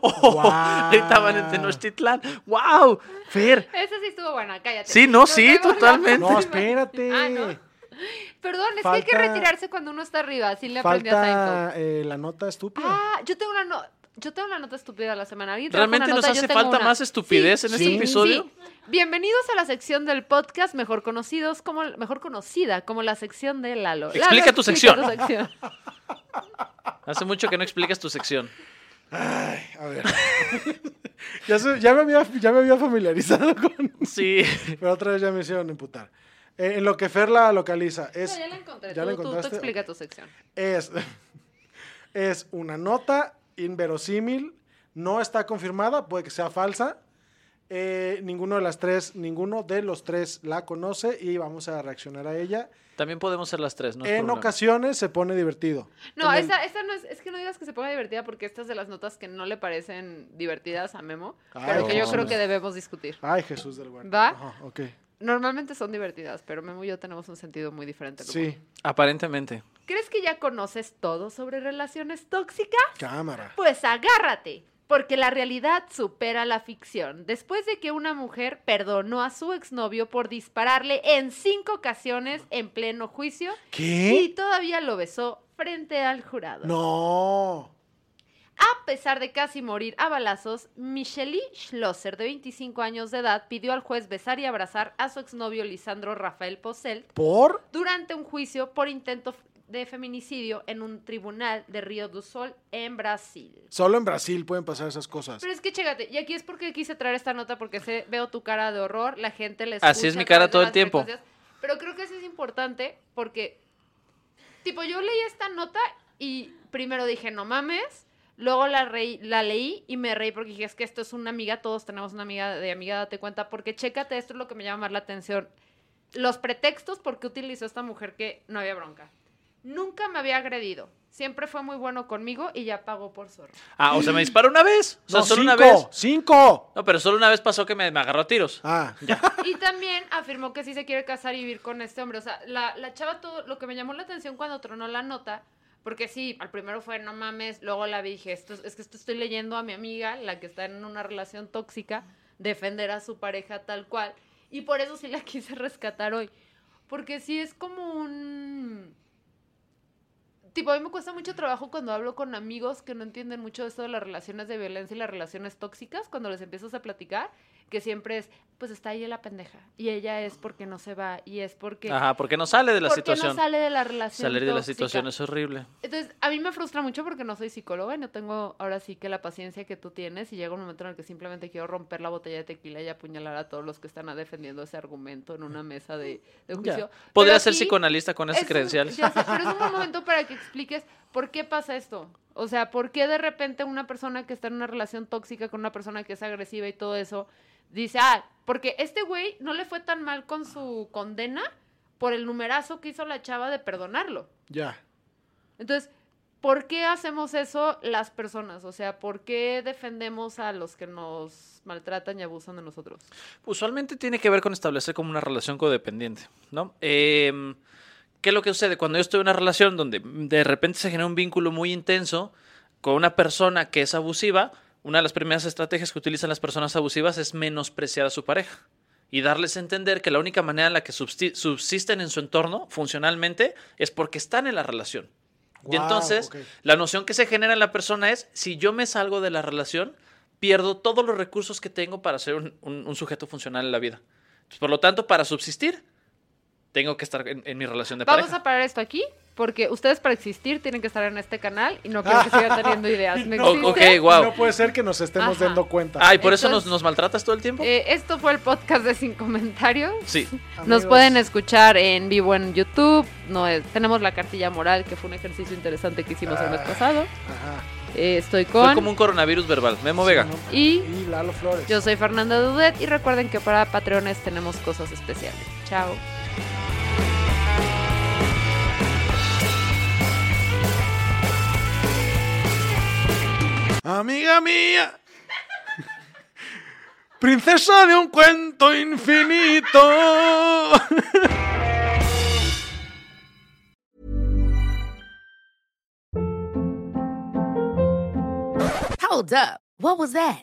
A: Oh,
B: Guau.
A: Gritaban en Tenochtitlán. ¡Wow! Fer,
C: Esa sí estuvo buena, cállate.
A: Sí, no,
C: Nos
A: sí,
C: vemos la
A: totalmente.
C: próxima.
B: no, espérate.
C: Ah, no. Perdón, es que hay que
B: Falta-
C: retirarse cuando uno está arriba, así le aprendí a Seinfeld.
B: Falta eh, la nota estúpida.
C: Ah, yo tengo una no- Yo tengo una nota estúpida la semana. ¿Alguien trajo
A: ¿Realmente
C: una
A: nos
C: nota? Yo
A: hace
C: tengo
A: falta
C: una.
A: más estupidez en
B: este
A: episodio?
C: Bienvenidos a la sección del podcast mejor conocidos como mejor conocida como la sección de Lalo. Lalo,
A: Explica tu sección.
C: sección.
A: hace mucho que no explicas tu sección.
B: A ver. *laughs* ya, se- ya me había, ya me había familiarizado con. *laughs*
A: Sí.
B: Pero otra vez ya me hicieron imputar. Eh, en lo que Fer la localiza. *laughs* Es,
C: No, ya la encontré.
B: ¿Ya
C: tú,
B: la
C: tú- tú
B: encontraste?
C: explica
B: Ok.
C: tu sección.
B: es, *laughs* es una nota inverosímil, no está confirmada, puede que sea falsa. eh, ninguno de las tres, ninguno de los tres la conoce y vamos a reaccionar a ella.
A: También podemos ser las tres, ¿no? es
B: en
A: problema.
B: ocasiones se pone divertido.
C: No,
B: En el-
C: esa, esa no es, es que no digas que se ponga divertida porque estas de las notas que no le parecen divertidas a Memo,
B: Ay,
C: pero que yo
A: no.
C: creo que debemos discutir.
B: Ay, Jesús del Huerto.
C: ¿Va?
B: Ajá, ok.
C: Normalmente son divertidas, pero Memo y yo tenemos un sentido muy diferente. del humor.
B: Sí,
A: Aparentemente.
C: ¿Crees que ya conoces todo sobre relaciones tóxicas?
B: cámara.
C: Pues agárrate, porque la realidad supera la ficción. Después de que una mujer perdonó a su exnovio por dispararle en cinco ocasiones en pleno juicio y
B: ¿Qué?
C: todavía lo besó frente al jurado.
B: No.
C: A pesar de casi morir a balazos, Michelle Schlosser, de 25 años de edad, pidió al juez besar y abrazar a su exnovio Lisandro Rafael Poselt
B: ¿Por?
C: durante un juicio por intento de feminicidio en un tribunal de Río do Sol, en Brasil.
B: Solo en Brasil pueden pasar esas cosas.
C: Pero es que chécate, y aquí es porque quise traer esta nota porque sé, veo tu cara de horror, la gente les
A: Así es mi cara todo el tiempo.
C: Pero creo que eso es importante porque Tipo, yo leí esta nota y primero dije, no mames. Luego la, reí- la leí y me reí porque dije, es que esto es una amiga, todos tenemos una amiga de amiga, date cuenta, porque chécate, esto es lo que me llama más la atención. Los pretextos por qué utilizó esta mujer que no había bronca. Nunca me había agredido. Siempre fue muy bueno conmigo y ya pagó por zorro.
A: Ah, o sea, me disparó una vez. O sea,
B: No,
A: solo
B: cinco,
A: una vez.
B: cinco.
A: No, pero solo una vez pasó que me, me agarró a tiros.
B: Ah,
C: Y también afirmó que sí se quiere casar y vivir con este hombre. O sea, la, la chava, todo lo que me llamó la atención cuando tronó la nota, porque sí, al primero fue no mames, luego la vi y dije, esto, es- es que esto estoy leyendo a mi amiga, la que está en una relación tóxica, defender a su pareja tal cual. Y por eso sí la *laughs* quise rescatar hoy. Porque sí es como un... Tipo, a mí me cuesta mucho trabajo cuando hablo con amigos que no entienden mucho esto de las relaciones de violencia y las relaciones tóxicas, cuando les empiezas a platicar, que siempre es, pues está ahí la pendeja, y ella es porque no se va, y es porque...
A: Ajá, porque no sale de la
C: ¿Por qué
A: situación.
C: no sale de la relación
A: Salir de la
C: tóxica?
A: situación es horrible.
C: Entonces, a mí me frustra mucho porque no soy psicóloga y no tengo ahora sí que la paciencia que tú tienes y llega un momento en el que simplemente quiero romper la botella de tequila y apuñalar a todos los que están defendiendo ese argumento en una mesa de, de juicio. Pero
A: Podría ser
C: aquí-
A: psicoanalista con esas
C: es un-
A: credenciales.
C: ya sé, pero es un buen momento para que expliques por qué pasa esto. O sea, por qué de repente una persona que está en una relación tóxica con una persona que es agresiva y todo eso dice, ah, porque este güey no le fue tan mal con su condena por el numerazo que hizo la chava de perdonarlo.
B: ya.
C: Entonces, ¿por qué hacemos eso las personas? O sea, ¿por qué defendemos a los que nos maltratan y abusan de nosotros?
A: Usualmente tiene que ver con establecer como una relación codependiente, ¿no? Eh, ¿Qué es lo que sucede? Cuando yo estoy en una relación donde de repente se genera un vínculo muy intenso con una persona que es abusiva, una de las primeras estrategias que utilizan las personas abusivas es menospreciar a su pareja y darles a entender que la única manera en la que substi- subsisten en su entorno funcionalmente es porque están en la relación. Y
B: Guau,
A: entonces,
B: ok.
A: la noción que se genera en la persona es, si yo me salgo de la relación, pierdo todos los recursos que tengo para ser un, un- un sujeto funcional en la vida. Entonces, por lo tanto, para subsistir, tengo que estar en, en mi relación de
C: Vamos
A: pareja.
C: a parar esto aquí, porque ustedes para existir tienen que estar en este canal y no quiero que sigan teniendo ideas. ¿Me
B: No,
A: O- ok,
C: existe?
A: guau.
B: No puede ser que nos estemos
C: Ajá.
B: dando cuenta.
A: Ay, ¿por eso nos,
C: Entonces-
A: nos maltratas todo el tiempo?
C: Eh, esto fue el podcast de Sin Comentarios.
A: sí.
C: Nos
B: Amigos,
C: pueden escuchar en vivo en YouTube. No, eh, tenemos la cartilla moral, que fue un ejercicio interesante que hicimos el mes pasado.
B: Ajá.
C: Eh, estoy
A: Fue
C: con...
A: como un coronavirus verbal. Memo Vega.
B: Sí, ¿no? pues,
C: Y
B: Y Lalo Flores.
C: yo soy Fernanda Dudet y recuerden que para Patreones tenemos cosas especiales. Chao.
B: Amiga mía. *laughs* Princesa de un cuento *laughs* infinito.
D: Hold up. What was that?